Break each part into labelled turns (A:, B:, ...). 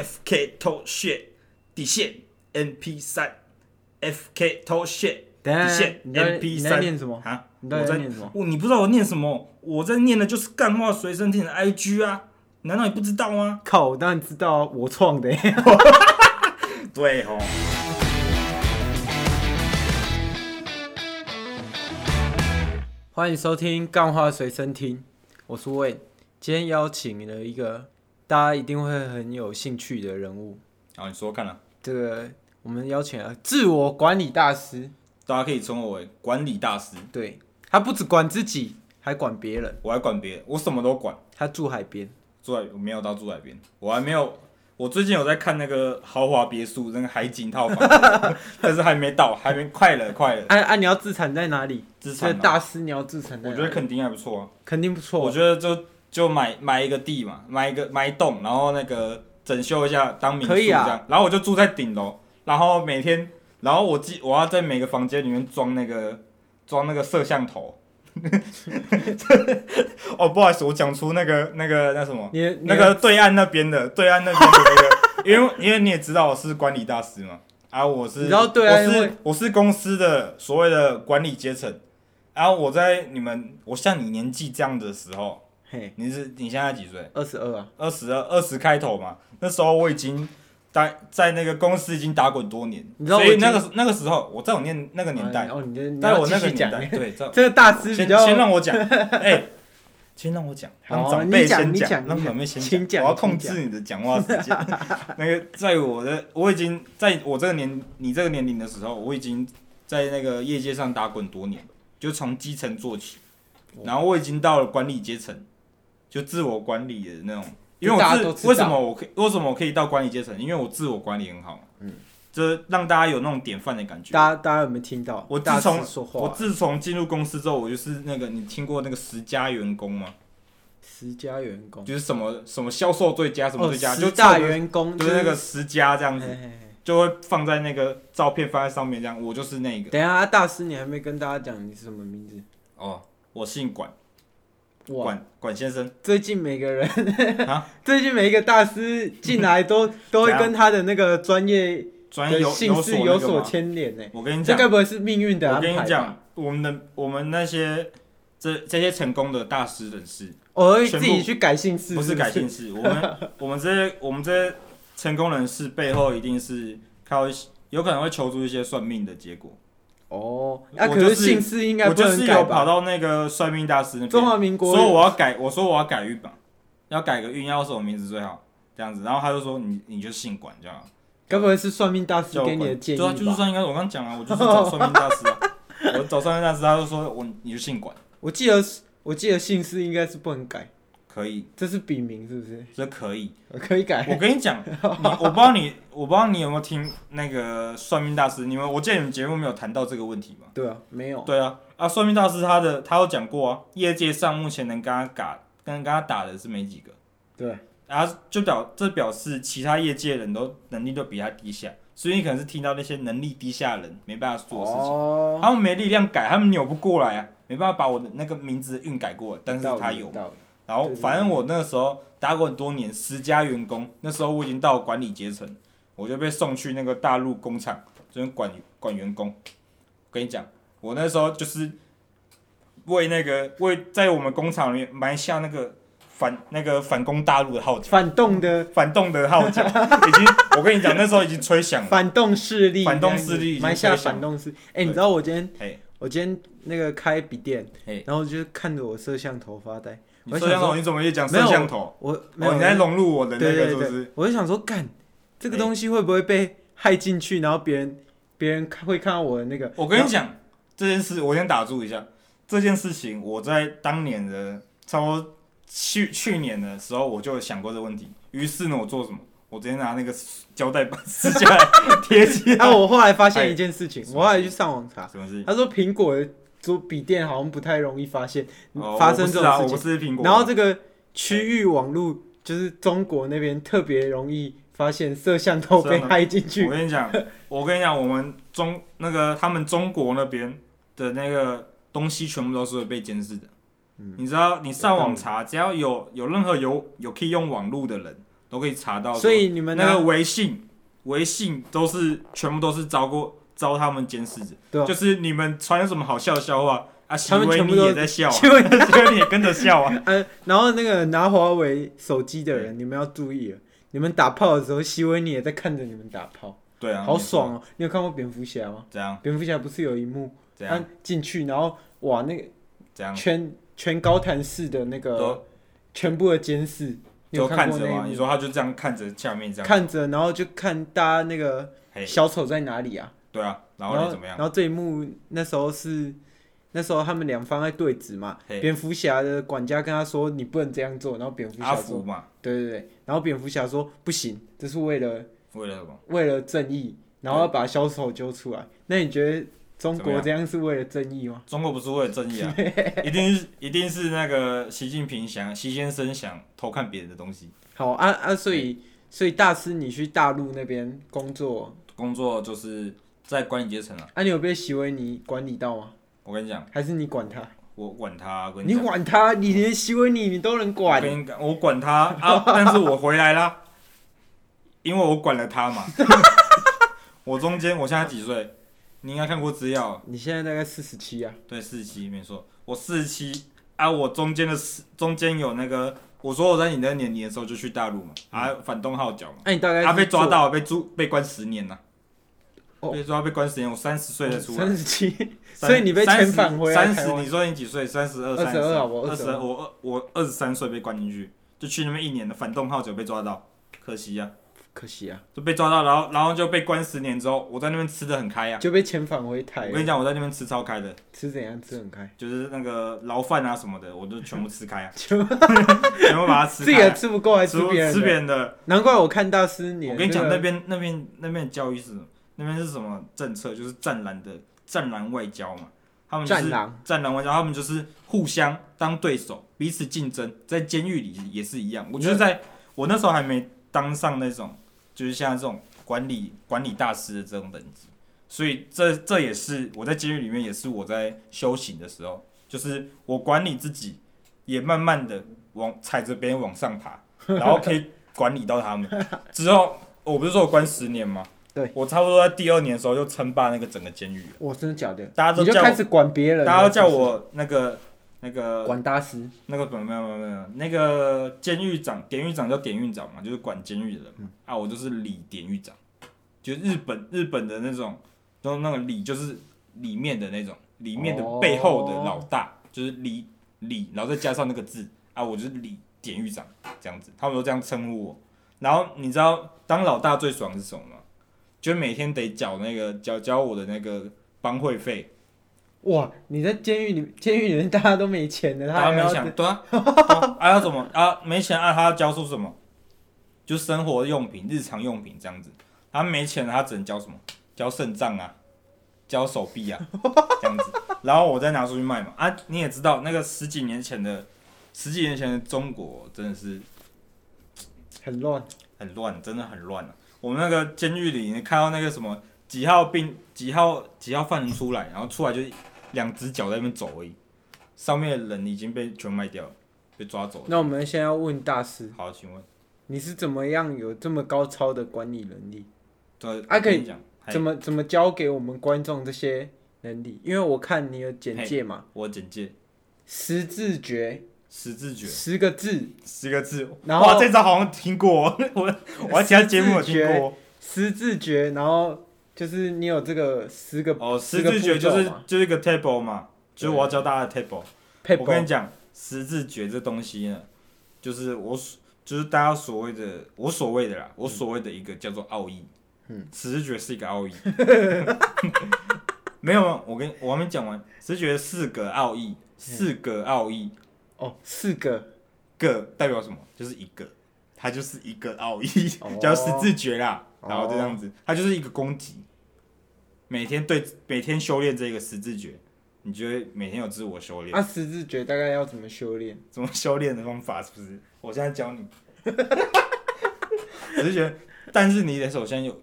A: FK 偷 shit 底线 NP 三 FK 偷 shit
B: 等一
A: 底
B: 下
A: 线，
B: 你到底
A: NP
B: 你在
A: 三
B: 念什么？
A: 啊？
B: 你到底
A: 我
B: 在
A: 在
B: 念什么？
A: 我你不知道我念什么？我在念的就是干话随身听的 IG 啊，难道你不知道吗？
B: 靠，我当然知道啊，我创的。
A: 对哦。
B: 欢迎收听《干话随身听》，我是 Wayne。今天邀请了一个大家一定会很有兴趣的人物，
A: 好，你说看了，
B: 这个我们邀请了自我管理大师。
A: 大家可以称我为管理大师，
B: 对他不只管自己，还管别人。
A: 我还管别人，我什么都管。
B: 他住海边，
A: 住海我没有到住海边，我还没有。我最近有在看那个豪华别墅，那个海景套房， 但是还没到，还没快了，快了。
B: 啊啊！你要自产在哪里？
A: 资产
B: 这
A: 啊
B: 大师你要自产在
A: 我
B: 哪
A: 觉
B: 里？
A: 得肯定还不错啊。
B: 肯定不错。
A: 我觉得就就买买一个地嘛，买一个买一栋，然后那个整修一下当民宿
B: 可
A: 这
B: 以啊
A: 样，然后我就住在顶楼，然后每天，然后我记我要在每个房间里面装那个装那个摄像 头。 哦，不好意思，我讲出那个那个那什么，
B: 你的你
A: 那
B: 的
A: 个对岸那边的对岸那边的 那个，因为因为你也知道我是管理大师嘛，啊，我是
B: 你知道对岸
A: 我
B: 会
A: 是我是公司的所谓的管理阶层，然、后我在你们我像你年纪这样的时候，
B: 嘿，
A: 你是你现在几岁？
B: 二十二啊，
A: 二十二二十开头嘛，那时候我已经在在那个公司已经打滚多年，
B: 你知道我
A: 所以
B: 已经
A: 那个那个时候我在我念那个年代，
B: 啊哦，你的你
A: 在
B: 要
A: 我
B: 继
A: 那个
B: 续
A: 年
B: 讲
A: 代，对，在
B: 这个大师比
A: 先
B: 较
A: 先让 我讲，哎、先让我讲，
B: 好
A: 让长辈
B: 你讲
A: 先
B: 你讲
A: 让
B: 你
A: 长
B: 讲
A: 辈先
B: 请讲
A: 我要
B: 请
A: 控
B: 讲
A: 制你的讲话时 间。那个，在我的我已经在我这个年你这个年龄的时候，我已经在那个业界上打滚多年，就从基层做起，然后我已经到了管理阶层，就自我管理的那种。因为
B: 大家都
A: 我
B: 知
A: 自
B: 道
A: 为什么我可以为什么我可以到管理阶层？因为我自我管理很好，
B: 嗯，
A: 这让大家有那种典范的感觉。
B: 大家大家有没有听到？
A: 我自
B: 大
A: 从
B: 师说话
A: 我
B: 啊，
A: 自从进入公司之后，我就是那个你听过那个十佳员工吗？
B: 十佳员工，
A: 就是什么什么销售最佳什么
B: 哦，
A: 最佳，
B: 十
A: 就
B: 大
A: 凑个
B: 员工哎
A: 就是那个十佳这样
B: 嘿
A: 子，
B: 嘿嘿
A: 就会放在那个照片放在上面这样。我就是那个
B: 等一下，大师，你还没跟大家讲你是什么名字？
A: 哦，我姓管
B: 哇，
A: 管管先生，
B: 最近每个人
A: 啊
B: 最近每一个大师进来 都都
A: 怎
B: 会
A: 样
B: 跟他的那个专业
A: 专业
B: 的
A: 有
B: 姓氏
A: 有所
B: 有
A: 那
B: 所
A: 个吗
B: 牵连呢。
A: 我跟你
B: 这
A: 讲，
B: 该不会是命运的
A: 我
B: 安
A: 跟
B: 排
A: 你
B: 吧？
A: 讲，我们的我们那些这这些成功的大师人士，
B: 我会哦自
A: 全
B: 己
A: 部
B: 去改姓氏，
A: 不是改姓 氏，我们我们这些我们这些成功人士背后一定是靠一些有可能会求助一些算命的结果。
B: 哦。那
A: 我
B: 可
A: 就是
B: 姓氏应该
A: 我
B: 不
A: 就是有
B: 能改
A: 跑
B: 吧？
A: 到那个算命大师那
B: 中
A: 边，
B: 华民国
A: 所以我要改，我说我要改运吧，要改个运，要是我名字最好这样子。然后他就说你你就姓管就好，
B: 该不会是算命大师
A: 叫我
B: 给你的
A: 管。
B: 建议
A: 对啊，就是
B: 吧？
A: 算命大师，我刚讲啊，我就是找算命大师啊，我找算命大师，他就说我你就姓管，
B: 我记得是我记得姓氏应该是不能改，
A: 可以，
B: 这是笔名是不是？
A: 这可以。
B: 可以改。
A: 我跟你讲，你我不知道你我不知道你有没有听那个算命大师，你们我记得你们节目没有谈到这个问题嘛？
B: 对啊，没有。
A: 对啊，啊，算命大师他的他有讲过啊，业界上目前能跟他打跟跟他打的是没几个。
B: 对，
A: 然后啊就表这表示其他业界人都能力都比他低下，所以你可能是听到那些能力低下的人没办法做的事情，
B: 哦，
A: 他们没力量改，他们扭不过来啊，没办法把我的那个名字的运改过来，但是
B: 有道理
A: 他有。
B: 道理
A: 然后
B: 对对
A: 反正我那个时候打过很多年十家员工，那时候我已经到管理阶层，我就被送去那个大陆工厂这边管管员工。我跟你讲，我那时候就是为那个为在我们工厂里面埋下那个反那个反攻大陆的号角。
B: 反动的
A: 反动的号角 已经，我跟你讲，那时候已经吹响了。
B: 反动势力，
A: 反动势力已经
B: 埋下
A: 非常
B: 反动势。哎、你知道我今天
A: 嘿，
B: 我今天那个开笔电
A: 嘿，
B: 然后就看着我摄像头发呆，
A: 你
B: 我
A: 摄
B: 想
A: 像
B: 说
A: 头你怎么也讲
B: 没有
A: 摄像头？
B: 我没有、
A: 哦，你在融入我的
B: 对
A: 那
B: 对
A: 个
B: 对
A: 是不
B: 对，
A: 是？
B: 我就想说，干这个东西会不会被害进去，然后别人别人看会看到我的那个？
A: 我跟
B: 然
A: 你
B: 后
A: 讲这件事，我先打住一下。这件事情我在当年的差不多去去年的时候，我就有想过这个问题。于是呢，我做什么？我直接拿那个胶带把撕下 来贴起来。
B: 啊，我后来发现一件事情，
A: 哎
B: 我后来去上网查，
A: 什么事？
B: 他说苹果的做笔电好像不太容易发现、
A: 哦
B: 发生这种
A: 我不是啊我不
B: 事情，
A: 是苹果。
B: 然后这个区域网络就是中国那边特别容易发现摄像头被害进去
A: 啊我。跟你 讲，我跟你讲，我们中那个他们中国那边的那个东西全部都是会被监视的。
B: 嗯
A: 你知道，你上网查，只要有有任何有有可以用网络的人，都可以查到说。
B: 所以你们
A: 那个
B: 呢？
A: 微信，微信都是全部都是招过招他们监视者，
B: 对啊
A: 就是你们传有什么好笑的笑话啊，席
B: 他们
A: 威
B: 全部
A: 你
B: 都
A: 也在笑、啊，
B: 请问
A: 席威你也跟着笑啊，
B: 呃，然后那个拿华为手机的人，你们要注意了。你们打炮的时候，希维尼也在看着你们打炮，
A: 对啊，
B: 好
A: 没错，嗯
B: 爽哦！你有看过蝙蝠侠吗？
A: 这样
B: 蝙蝠侠不是有一幕，
A: 这样
B: 他进去，然后哇，那个
A: 这样
B: 全全高谭市的那个
A: 都
B: 全部的监视，你有
A: 都看
B: 过
A: 着啊，
B: 那一
A: 你
B: 幕？
A: 说他就这样看着下面这样，哎
B: 看着，然后就看大家那个
A: 嘿，
B: 小丑在哪里啊？
A: 对啊，然
B: 然
A: 后你怎么样？
B: 然后这一幕那时候是那时候他们两方在对峙嘛，
A: 嘿
B: 蝙蝠侠的管家跟他说你不能这样做，然后蝙蝠
A: 阿
B: 侠
A: 福
B: 说
A: 嘛，
B: 对对对，然后蝙蝠侠说不行，这是为了
A: 为了什么？
B: 为了正义，然后要把小丑揪出来。那你觉得
A: 怎
B: 中
A: 么
B: 国
A: 样
B: 这样是为了正义吗？
A: 中国不是为了正义啊，一定是一定是那个习近平想习先生想偷看别人的东西，
B: 好啊啊，所以所以大师你去大陆那边工作，
A: 工作就是在管理阶层啊。
B: 啊你有被席维尼管理到吗？
A: 我跟你讲，
B: 还是你管他？
A: 我管他啊，我跟
B: 你
A: 讲
B: 管他，你连席维尼你都能
A: 我
B: 管，
A: 跟你讲，我管他啊，但是我回来啦，因为我管了他 嘛。我中间，我现在几岁？你应该看过资料，
B: 你现在大概四十七啊，
A: 对，四十七，没错，我四十七啊。我中间的四中间有那个，我说我在你那年龄的时候就去大陆嘛，啊，反动号角嘛，
B: 那、你大概
A: 啊，被抓
B: 到
A: 到，被住被关十年呐、
B: 哦
A: 被抓被关十年，我三十岁才出来
B: 三，十七，
A: 三
B: 所以你被遣返回来
A: 三
B: 台
A: 十，
B: 湾
A: 你说你几岁？三十二、
B: 22
A: 三十
B: 好不好
A: 二十
B: 22
A: 二，我二我二十三岁被关进去，就去那边一年的反动号角被抓到，可惜呀、
B: 可惜啊，
A: 就被抓到，然后然后就被关十年之后，我在那边吃的很开呀、
B: 就被遣返回台
A: 我跟
B: 了，
A: 你讲，我在那边吃超开的，
B: 吃怎样吃很开，
A: 就是那个牢饭啊什么的，我都全部吃开 啊，全部把它吃
B: 自己也
A: 开、啊，
B: 吃不够还
A: 吃
B: 吃别人
A: 吃别
B: 的，
A: 人的。
B: 难怪我看大师你、
A: 我跟你讲，那边那边那边的教育是什么？那边是什么政策？就是战狼的战狼外交嘛，他们就
B: 战
A: 是
B: 狼
A: 战狼外交，他们就是互相当对手，彼此竞争，在监狱里也是一样。我就是在我那时候还没当上那种，就是像这种管理管理大师的这种等级，所以这这也是我在监狱里面，也是我在修行的时候，就是我管理自己，也慢慢的往踩着别人往上 爬，然后可以管理到他们。之后我不是说我关十年吗？
B: 对，
A: 我差不多在第二年的时候就称霸那个整个监狱了，
B: 我真的假的？
A: 大家都
B: 你就
A: 叫我
B: 开始管别人了，
A: 大家都叫
B: 是不
A: 我那个那
B: 是
A: 个
B: 管大师，
A: 那个什么没有没有没有那个监狱长，典狱长叫典狱长嘛，就是管监狱的
B: 嗯
A: 人嘛。啊，我就是李典狱长，就是日本日本的那种，然后那个李就是里面的那种，里面
B: 哦
A: 的背后的老大，就是李李，然后再加上那个字啊，我就是李典狱长这样子，他们都这样称呼我。然后你知道当老大最爽是什么吗？就每天得缴那个缴交我的那个帮会费，
B: 哇，你在监狱里，监狱里面 大家都没钱的，他
A: 他
B: 还
A: 没
B: 要
A: 想对啊，啊啊要怎么啊没钱啊他要交出什么？就生活用品、日常用品这样子。他没钱了他只能交什么？交肾脏啊，交手臂啊，这样子。然后我再拿出去卖嘛。啊，你也知道那个十几年前的，十几年前的中国真的是
B: 很乱，
A: 很乱，真的很乱啊。我们那个监狱里，你看到那个什么几号病、几号几号犯人出来，然后出来就两只脚在那边走而已，上面的人已经被全卖掉了，被抓走了。
B: 那我们现在要问大师，
A: 好，请问，
B: 你是怎么样有这么高超的管理能力？
A: 对，
B: 啊
A: 我
B: 可以
A: 跟你讲，嘿
B: 怎么怎么教给我们观众这些能力？因为我看你有简介嘛，
A: 我简介
B: 十字诀，
A: 十字诀，
B: 十个字，
A: 十个字。
B: 然后
A: 哇，这招好像听过 哦，我我在其他节目有听
B: 十字
A: 过
B: 十字诀，然后就是你有这个十个
A: 哦。哦，
B: 十
A: 十
B: 个
A: 字诀就
B: 步骤
A: 是
B: 嘛
A: 就是一个 table 嘛，就是我要教大家的 table。
B: 配
A: 我跟
B: 包
A: 你，讲，十字诀这东西呢，就是我所就是大家所谓的我所谓的啦，我所谓的一个叫做奥义。
B: 嗯，
A: 十字诀是一个奥义。 没有吗？我跟我还没讲完，十字诀四个奥义，
B: 嗯
A: 四个奥义，
B: 哦，四个，
A: 个代表什么？就是一个，它就是一个奥义
B: 哦，
A: 叫十字诀啦。
B: 哦
A: 然后就这样子，它就是一个攻击。每天对每天修炼这个十字诀，你就会每天有自我修炼。
B: 啊，十字诀大概要怎么修炼？
A: 怎么修炼的方法，是不是？我现在教你。 我就觉得，但是你得首先有，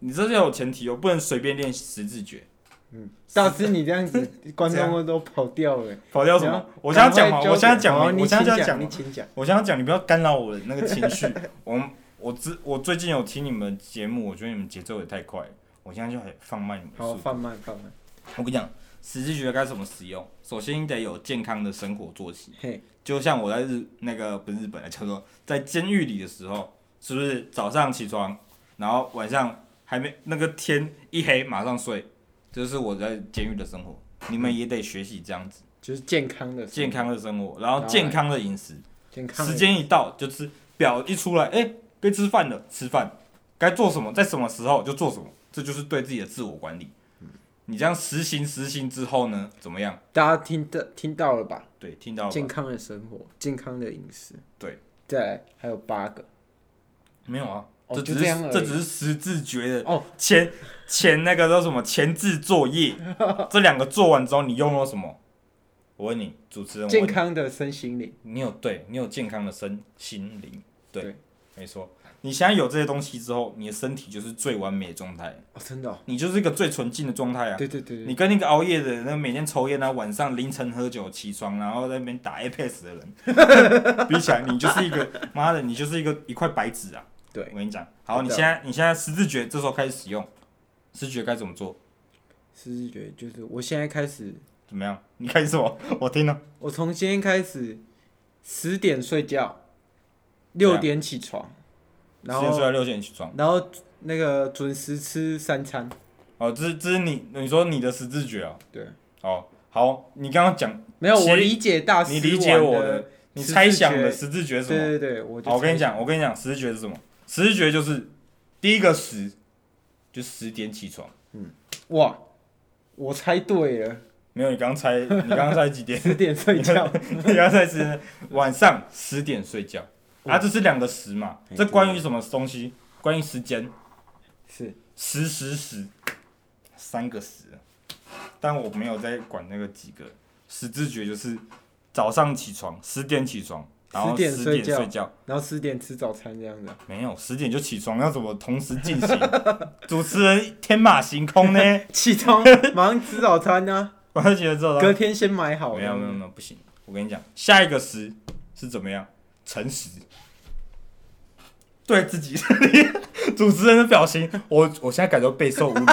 A: 你这是有前提哦，不能随便练十字诀，
B: 嗯，大师你这样子，观众们都跑掉了。
A: 跑掉什
B: 你
A: 么
B: 要？
A: 我现在讲
B: 赶
A: 完，
B: 快
A: 我现在讲
B: 交
A: 完，
B: 给
A: 我现在就
B: 好
A: 要
B: 你请
A: 讲
B: 你
A: 完，
B: 请讲。
A: 我现在讲，你不要干扰我的那个情绪。 我们我之我最近有听你们节目，我觉得你们节奏也太快了，我现在就很放慢你们的
B: 好，
A: 速度。
B: 放慢放慢。
A: 我跟你讲，十字诀该怎么使用？首先你得有健康的生活作息，
B: 嘿，
A: 就像我在日那个不是日本啊，叫做在监狱里的时候，是不是早上起床，然后晚上还没那个天一黑马上睡，这是我在监狱的生活。你们也得学习这样子
B: 就是健康的生活
A: 健康的生活，然后健康的饮食，
B: 健康的
A: 时间一到就吃，表一出来，哎、该吃饭了，吃饭，该做什么，在什么时候就做什么，这就是对自己的自我管理。你这样实行实行之后呢，怎么样？
B: 大家听到听到了吧？
A: 对，听到了吧
B: 健康的生活，健康的饮食。
A: 对。
B: 再来还有八个
A: 没有啊？
B: 哦
A: 这只
B: 就是这样而已
A: 这只是十字诀的
B: 哦，
A: 前前那个叫什么前置作 业，这两个做完之后你用了什么？我问你，主持人，我问
B: 健
A: 你
B: 康的身心灵。
A: 你有对你有健康的身心灵，对，
B: 对
A: 没错。你现在有这些东西之后，你的身体就是最完美的状态，
B: 哦，真的哦。
A: 你就是一个最纯净的状态啊。
B: 对对对对。
A: 你跟那个熬夜的人，那每天抽烟啊，晚上凌晨喝酒起床，然后在那边打 Apex 的人，比起来，你就是一个妈的，你就是一个一块白纸啊！
B: 对啊
A: 我跟你讲，好，
B: 真
A: 你
B: 的
A: 现在你现在十字诀这时候开始使用，十字诀该怎么做？
B: 十字诀就是我现在开始，
A: 怎么 样？你开始我，我听啊了。
B: 我从今天开始十点睡觉，六点起床，然
A: 十点睡
B: 后
A: 到六点起床。
B: 然后那个准时吃三餐。
A: 哦，这是这是你你说你的十字诀哦。
B: 对。
A: 哦，好，你刚刚讲，
B: 没有，
A: 其实
B: 我理解大师
A: 你理解我
B: 的，
A: 你
B: 十字
A: 猜想
B: 诀
A: 的十字诀是什么？
B: 对对对，我就
A: 好，我跟你
B: 猜
A: 讲，我跟你讲，十字诀是什么？十字诀就是第一个十，就十点起床。
B: 想，哇，我猜对了，
A: 没有，你刚猜，你刚刚猜几点？
B: 十点睡觉，
A: 你刚才是晚上十点睡觉啊，这是两个十嘛？
B: 哎
A: 这关于什么东西？关于时间，
B: 是
A: 十十十，三个十。但我没有在管那个几个十字诀，就是早上起床十点起床，然后
B: 10点
A: 十点
B: 睡觉
A: 睡觉，
B: 然后十点吃早餐这样的，
A: 没有十点就起床，要怎么同时进行？ 主持人天马行空呢？
B: 起床马上吃早餐呢、
A: 我就觉得这
B: 隔天先买好。
A: 啊没有没有没有不行，我跟你讲，下一个十是怎么样？诚实，对自己。主持人的表情，我我现在感觉备受侮辱。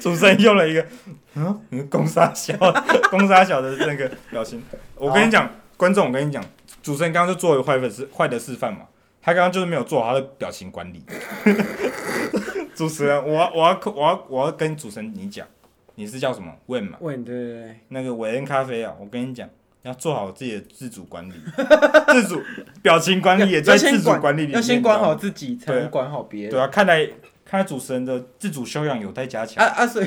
A: 主持人用了一个嗯，你是攻杀小攻杀小的那个表情。我跟你讲，观众，我跟你讲，主持人刚刚就做了坏的示坏的示范嘛，他刚刚就是没有做好他的表情管理。 主持人，我要我要我要我要跟主持人你讲，你是叫什么问嘛？
B: 问对对对，
A: 那个韦恩咖啡啊，我跟你讲，要做好自己的自主管理， 自主表情管理也在
B: 要先
A: 自主
B: 管
A: 管理里面，
B: 要先管好
A: 你
B: 自己，才
A: 对啊
B: 能管好别
A: 知道吗。对
B: 人。
A: 啊，看来看来主持人的自主修养有待加强。
B: 啊啊，所以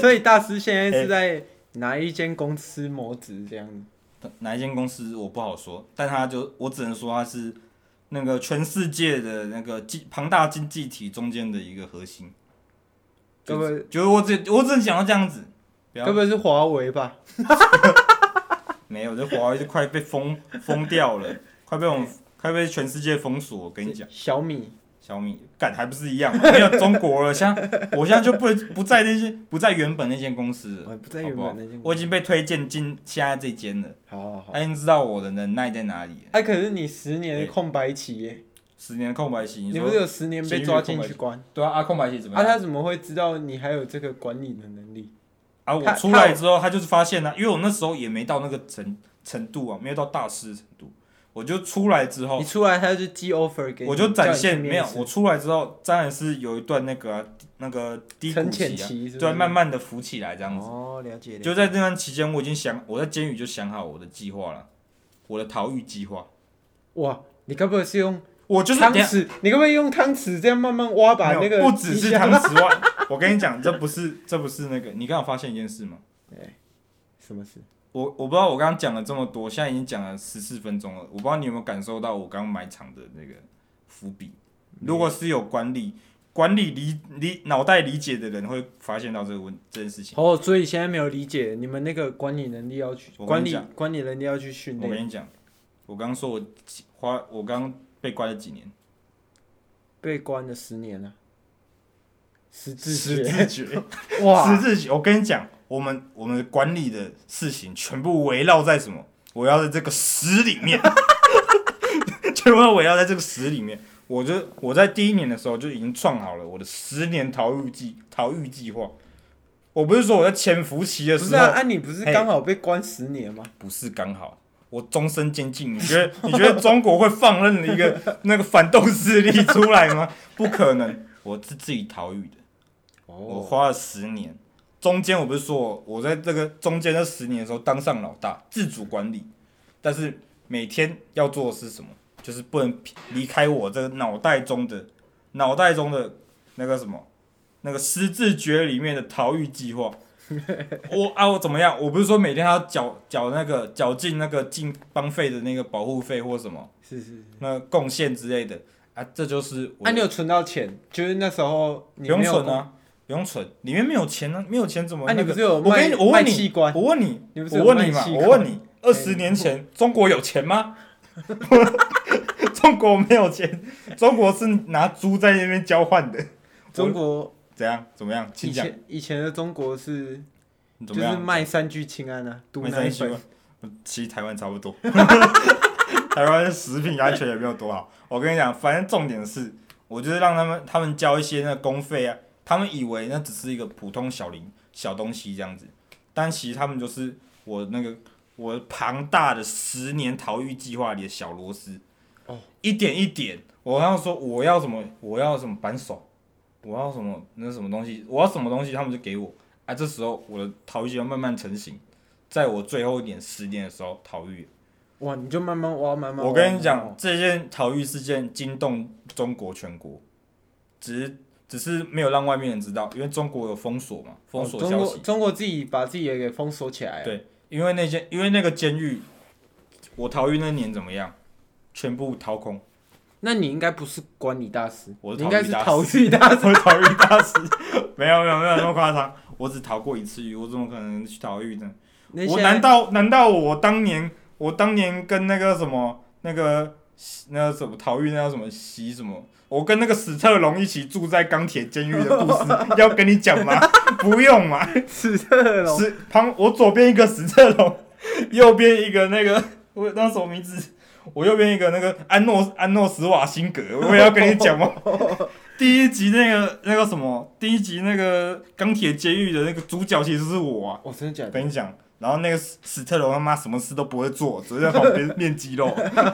B: 所以大师现在是在哪一间公司谋职这样子？
A: 哪一间公司我不好说，但他就我只能说他是那个全世界的那个经庞大经济体中间的一个核心。
B: 该
A: 就
B: 不会
A: 就是我只我只能想到这样子，不要
B: 该不会是华为吧？
A: 没有这华为就快被封封掉了，快被我们快被全世界封锁。我跟你讲。
B: 小米
A: 小米干还不是一样吗？没有中国了，像我现在 就不不在那些不在原本那间公司了，
B: 我不在原
A: 呃好
B: 本
A: 不
B: 那间
A: 好
B: 公
A: 我
B: 司。
A: 已经被推荐进现在这间了。
B: 好好好。
A: 他已经知道我的能耐在哪里了，
B: 哎、可是你十年
A: 哎
B: 空白期耶、
A: 十年空白期，
B: 你不
A: 说
B: 是有十年被抓进去关？
A: 对啊？啊，空白期怎么
B: 啊，
A: 样？
B: 他怎么会知道你还有这个管理的能力？
A: 啊，
B: 他
A: 我出来之后，他就是发现了、因为我那时候也没到那个程程度啊，没有到大师的程度，我就出来之后
B: 你，出来他就寄 offer 给你，
A: 我就展现
B: 叫你去
A: 没
B: 面
A: 有
B: 试，
A: 我出来之后当然是有一段那个啊、那个低谷
B: 沉潜
A: 期啊，
B: 期是不是，
A: 对，慢慢的浮起来这样子。
B: 哦，了解了解，
A: 就在这段期间，我已经想，我在监狱就想好我的计划了，我的逃狱计划。
B: 哇，你该不会是用
A: 我就是
B: 汤
A: 等一下
B: 匙？你该不会用汤匙这样慢慢挖把
A: 没
B: 那
A: 有
B: 个
A: 不只是
B: 冰箱
A: 汤匙万，我跟你讲，这不是这不是那个，你刚好发现一件事吗？
B: 什么事？
A: 我我不知道我刚刚讲了这么多，现在已经讲了十四分钟了，我不知道你有没有感受到我刚埋藏的那个伏笔。如果是有管理管理理理脑袋理解的人，会发现到这个问这件事情。
B: 哦，所以现在没有理解你们那个管理能力要去
A: 我
B: 管
A: 跟你
B: 理
A: 讲
B: 管理能力要去训
A: 我
B: 练，
A: 跟你讲，我刚刚说我几花，我刚被关了几年，
B: 被关了十年了，十字
A: 十
B: 诀，
A: 字诀，十
B: 哇，
A: 字诀。我跟你讲，我们我们管理的事情全部围绕在什么？我要在这个十里面， 全部都围绕在这个十里面。我就我在第一年的时候就已经创好了我的十年逃狱计逃狱计划。我不是说我在潜伏期的
B: 不
A: 时候，
B: 是啊，啊你不是
A: 嘿
B: 刚好被关十年吗？
A: 不是刚好，我终身监禁。你觉得 你觉得中国会放任一个 那个反动势力出来吗？不可能，我是自己逃狱的，我
B: 哦，
A: 花了十年。中间我不是说我我在这个中间这十年的时候当上老大，自主管理，但是每天要做的是什么？就是不能离开我这个脑袋中的脑袋中的那个什么那个失智诀里面的逃狱计划。我啊，我怎么样？我不是说每天还要缴缴那个缴进那个进帮费的那个保护费或什么
B: 是是是。
A: 那贡献之类的啊，这就是我
B: 啊，
A: 的
B: 你有存到钱？就是那时候
A: 不
B: 你
A: 用
B: 没有
A: 存啊，不用存，里面没有钱啊，没有钱怎么、
B: 啊，你
A: 那
B: 不
A: 个？
B: 是有
A: 我
B: 卖
A: 跟你，我
B: 卖
A: 问
B: 器
A: 你，
B: 官？
A: 我问你，
B: 你不是有
A: 我问你
B: 卖
A: 嘛，
B: 器
A: 我问你，二
B: 哎
A: 十年前中国有钱吗？ 中国没有钱，中国是拿猪在那边交换的。
B: 中国
A: 怎样？怎么样？
B: 以
A: 请讲。
B: 前以前的中国是
A: 你
B: 就
A: 怎么
B: 是
A: 样？
B: 卖三聚氰胺啊，毒
A: 没
B: 奶
A: 三七
B: 粉
A: 吗，？其实台湾差不多， 台湾食品安全也没有多好。我跟你讲，反正重点是，我就是让他们他们交一些那公费啊，他们以为那只是一个普通小零小东西这样子，但其实他们就是我那个我庞大的十年逃狱计划里的小螺丝。
B: 哦，
A: 一点一点，我要说我要什么，我要什么扳手，我要什么那什么东西，我要什么东西，他们就给我。啊，这时候我的逃狱计划慢慢成型。在我最后一点十年的时候逃狱。
B: 哇，你就慢慢挖，慢慢挖。
A: 我跟你
B: 慢慢
A: 讲
B: 挖，，
A: 这件逃狱事件惊动中国全国，只是只是没有让外面人知道，因为中国有封锁嘛，封锁
B: 哦中
A: 消
B: 国
A: 息。
B: 中国自己把自己也给封锁起来啊。
A: 对因为那些，因为那个监狱，我逃狱那年怎么样？全部掏 空，
B: 那你应该不是管理大师，
A: 我是
B: 你应该是
A: 逃
B: 逃 狱大师。
A: 我逃狱大师。没有没有没有那么夸张，我只逃过一次狱，我怎么可能去逃狱呢？
B: 那
A: 我
B: 现
A: 难
B: 在
A: 道难道我当年我当年跟那个什么那个那个什么逃狱那叫什么席什么，我跟那个史特龙一起住在钢铁监狱的故事 要跟你讲 吗？不用嘛，
B: 史特龙
A: 史旁我左边一个史特龙， 右边一个那个我那什么名字？我右边一个那个安诺安诺斯瓦辛格，我也要跟你讲 吗？第一集那个那个什么，第一集那个钢铁监狱的那个主角其实是我啊。
B: 哦，真的假的？
A: 跟你讲，然后那个史史特龙他妈什么事都不会做，只是在旁 边练肌肉，
B: 啊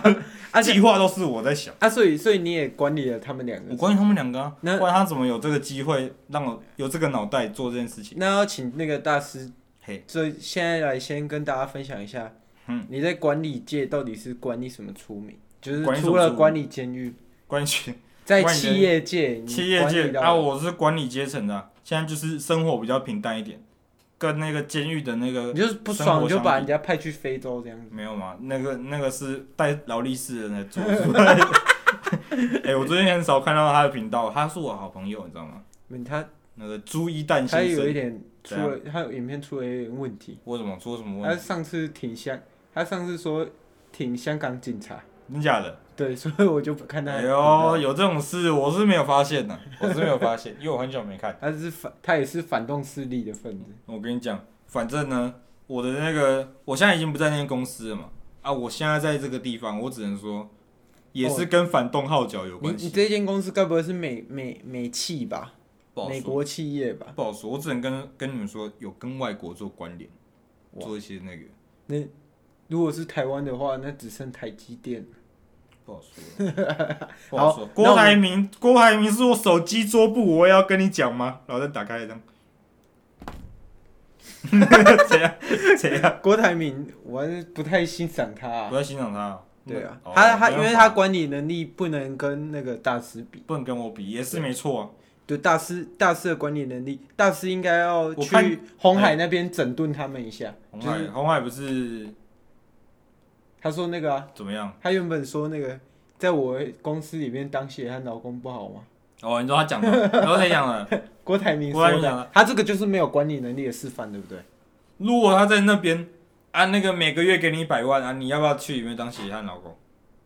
B: 而且
A: 计划都是我在想。
B: 啊，所以所以你也管理了他们两
A: 我
B: 个。
A: 关于他们两个、啊，
B: 嗯那
A: 不然他怎么有这个机会让我有这个脑袋做这件事情？
B: 那要请那个大师，
A: 嘿，
B: 所以现在来先跟大家分享一下，
A: 嗯，
B: 你在管理界到底是管理什么出名？就是
A: 管理什么出
B: 除了
A: 名
B: 管理监狱，
A: 关于企
B: 在
A: 管理监
B: 企业界，你
A: 企业
B: 嗯管理
A: 界
B: 到
A: 啊，我是管理阶层的啊、现在就是生活比较平淡一点，跟那个监狱的那个
B: 你就是不
A: 生
B: 爽，
A: 活
B: 你就
A: 相
B: 把
A: 比
B: 人家派去非洲这样子。
A: 没有嘛，那个那个是带劳力士的人来做。 哎、我最近很少看到他的频道，他是我好朋友，你知道吗？
B: 嗯他
A: 那个朱一蛋
B: 他
A: 先
B: 有
A: 生，
B: 一点出
A: 怎
B: 了，他有影片出了一点问题。
A: 我怎么说什么
B: 他
A: 问题？
B: 上次挺香，他上次说挺香港警察，
A: 真假的？
B: 对，所以我就不看他的
A: 哎
B: 频道。
A: 呦，有这种事，我是没有发现的、 我是没有发现，因为我很久没看。
B: 他是反，他也是反动势力的分子。
A: 我跟你讲，反正呢，我的那个，我现在已经不在那间公司了嘛，啊，我现在在这个地方，我只能说，也是跟反动号角有
B: 你
A: 关
B: 你
A: 系。
B: 这间公司该不会是美美美企吧？
A: 不好
B: 美
A: 说，
B: 国企业吧？
A: 不好说，我只能跟跟你们说，有跟外国做关联，
B: 哇
A: 做一些那个
B: 如果是台湾的话，那只剩台积电。
A: 不好说，不 好说。郭
B: 那我们
A: 台铭，郭台铭是我手机桌布，我也要跟你讲吗？然后再打开一张， 怎样？怎样？
B: 郭台铭，我还是不太欣赏他、啊
A: 不要欣赏他哦。
B: 对啊，
A: 哦
B: 他他
A: 没办法
B: 因为他管理能力不能跟那个大师比，
A: 不能跟我比，也是没错、啊。
B: 对大师大师的管理能力，大师应该要
A: 我看哎
B: 去红海那边整顿他们一下。
A: 红
B: 就
A: 海，
B: 是
A: 红海不是
B: 他说那个啊，
A: 怎么样？
B: 他原本说那个在我公司里面当血汗老公不好吗？
A: 哦，你说他讲的，然后谁讲 的？
B: 郭台铭
A: 郭台
B: 说
A: 铭讲的
B: 的，他这个就是没有管理能力的示范，对不对？
A: 如果他在那边啊，那个每个月给你一百万啊，你要不要去里面当血汗老公？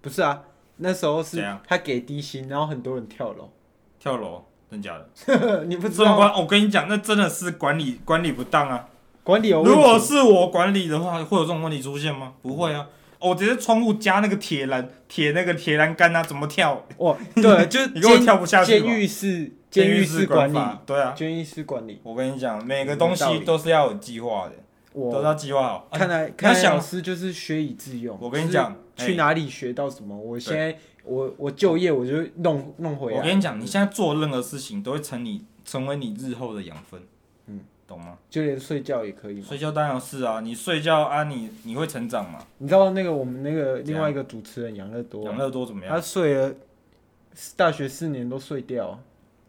B: 不是啊，那时候
A: 怎
B: 是
A: 样
B: 他给低薪，然后很多人跳楼。
A: 跳楼？真假的？
B: 你不知
A: 这么
B: 道
A: 管，我跟你讲，那真的是管理管理不当啊！
B: 管理有问
A: 如果
B: 题，嗯
A: 是我管理的话，会有这种问题出现吗？不会啊。哦我直接窗户加那个铁栏，铁那个铁栏杆啊，怎么 跳？
B: 哇，哦 对，就是
A: 你给我
B: 监
A: 跳不下去
B: 监
A: 吧
B: 狱式
A: 监
B: 监狱
A: 式
B: 式管理，
A: 法，对啊。
B: 监狱式管理。
A: 我跟你讲，每个东西都是要有计划的，都是
B: 我
A: 要计划好。啊
B: 看来
A: 你要
B: 看来
A: 想
B: 老师就是学以致用。
A: 我跟你，讲，
B: 去
A: 哎
B: 哪里学到什么，我
A: 对
B: 现在我我就业我就弄弄回
A: 我
B: 来，
A: 跟你讲，你现在做任何事情都会成你成为你日后的养分，
B: 嗯，
A: 懂吗？
B: 就连睡觉也可以嘛。
A: 睡觉当然是啊，你睡觉啊，你你会成长嘛？
B: 你知道那个我们那个
A: 怎
B: 另
A: 样
B: 外一个主持人杨乐多
A: 养
B: 啊，
A: 乐多怎么样？
B: 他睡了大学四年都睡掉啊，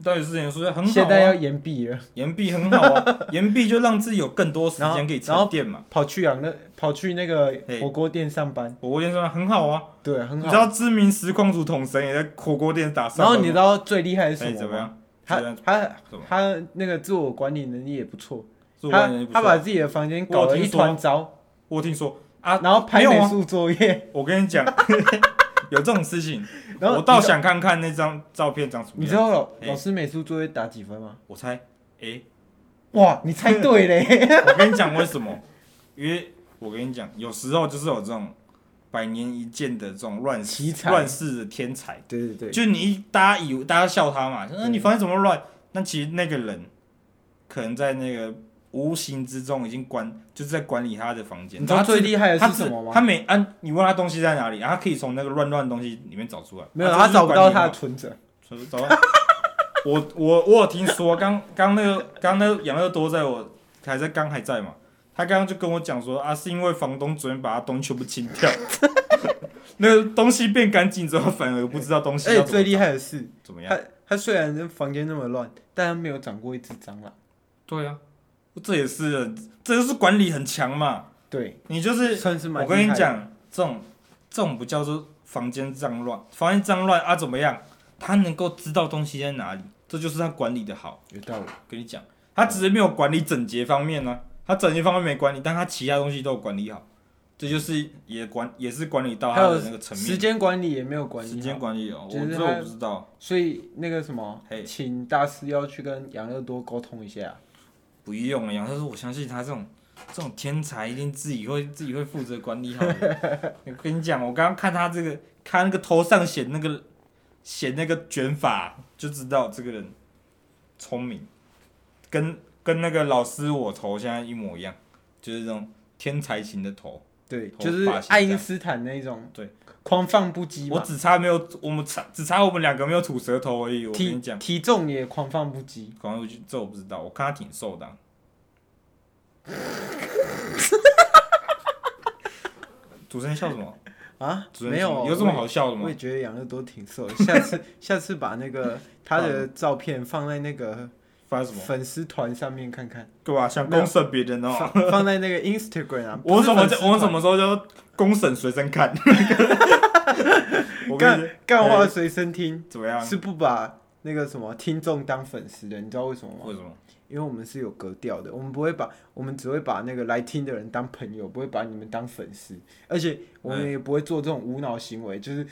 A: 到底是你说很好、
B: 现在要
A: 啊，
B: 延毕了，
A: 岩壁很好啊，岩壁就让自己有更多时
B: 然后
A: 间可以
B: 然后
A: 沉淀嘛。
B: 跑去养乐跑去那个
A: 嘿
B: 火锅店上班，
A: 火锅店上很好啊，
B: 对，很
A: 你
B: 好
A: 知。道知名实况组统神也在火锅店打上
B: 然
A: 班
B: 后
A: 吗，
B: 你知道最厉害是
A: 哎
B: 什
A: 怎
B: 么
A: 么
B: 吗？
A: 样？
B: 他他
A: 怎么
B: 他那个自我管理能力也不错，
A: 做
B: 他
A: 完人也不
B: 他
A: 错
B: 把自己的房间搞
A: 我有
B: 得一
A: 听说
B: 团糟，
A: 我听说啊，
B: 然后
A: 没
B: 拍
A: 有
B: 美
A: 啊
B: 术作业，
A: 我跟你 讲，有这种事情，
B: 然 后
A: 我倒
B: 你知道
A: 想看看那张照片长什么
B: 你
A: 样
B: 知。道老
A: 嘿
B: 老师美术作业打几分吗？
A: 我猜，诶，
B: 哇，你猜 对嘞！
A: 我跟你讲为什么？因为我跟你讲，有时候就是有这种百年一见的这种乱世
B: 奇才
A: 乱世的天才，
B: 对对对，
A: 就你一大家以为大家笑他嘛，嗯、
B: 对
A: 你房间怎么乱？但其实那个人可能在那个无形之中已经管，就是在管理他的房间。
B: 你知道
A: 他
B: 最厉害的
A: 他
B: 是什么
A: 他
B: 吗？
A: 每按、你问他东西在哪里，然啊后他可以从那个乱乱的东西里面找出来。
B: 没有，
A: 他就
B: 他
A: 是
B: 找不到
A: 管
B: 他
A: 理
B: 的存折。
A: 找不找到。 我我我有听说，刚刚那个刚那个养乐多在我还在刚还在嘛，他刚刚就跟我讲说啊，是因为房东昨天把他东西全部清掉， 那个东西变干净之后，反而不知道东西
B: 而
A: 要怎
B: 且
A: 么
B: 最厉害的是，
A: 怎么样。
B: 他他虽然那房间那么乱，但他没有长过一只蟑螂。
A: 对啊，这也是这就是管理很强嘛。
B: 对，
A: 你就是
B: 算是蛮
A: 我
B: 厉害的。
A: 跟你讲，这种这种不叫做房间脏乱，房间脏乱啊怎么样？他能够知道东西在哪里，这就是他管理的好。
B: 有道理，
A: 跟你讲，他只是没有管理整洁方面呢、啊他整洁方面没管理，但他其他东西都有管理好，这就是也管也是管理到他
B: 还
A: 的
B: 有
A: 那个层
B: 时
A: 面。
B: 间管理也没有管理
A: 时间
B: 好
A: 管理哦，
B: 就
A: 我
B: 是
A: 这
B: 他
A: 我不知道，
B: 所以那个什么
A: 嘿，
B: 请大师要去跟杨乐多沟通一下。啊
A: 不用了。但是我相信他这种这种天才，一定自己会自己会负责管理好的。 我跟你讲，我刚刚看他这个，看那个头上显那个显那个卷发，就知道这个人聪明，跟跟那个老师我头现在一模一样，就是这种天才型的头。
B: 对，
A: 头
B: 就是
A: 发型
B: 爱因斯坦那种，
A: 对，
B: 狂放不羁
A: 我
B: 嘛，
A: 只差没有，我们差只差我们两个没有吐舌头而已。我跟
B: 体
A: 你讲，
B: 体重也狂放不羁。
A: 可能我就这我不知道，我看他挺瘦 的啊、主持人笑什么？
B: 啊，
A: 主持人
B: 没有，
A: 有什么好笑的
B: 我
A: 吗
B: 也？觉得养乐多挺瘦的， 下次下次把 那个他的照片放在那个
A: 发生什么？
B: 粉丝团上面看看，
A: 对吧、想公审别人哦。
B: 放放在那个 Instagram 啊。
A: 我怎么
B: 不是粉丝团
A: 我什么时候就公审随身 看？我跟你
B: 干干话随身听
A: 怎么样？
B: 是不把那个什么听众当粉丝的？你知道为什么吗？
A: 为什么？
B: 因为我们是有格调的，我们不会把我们只会把那个来听的人当朋友，不会把你们当粉丝，而且我们
A: 嗯
B: 也不会做这种无脑行为，就是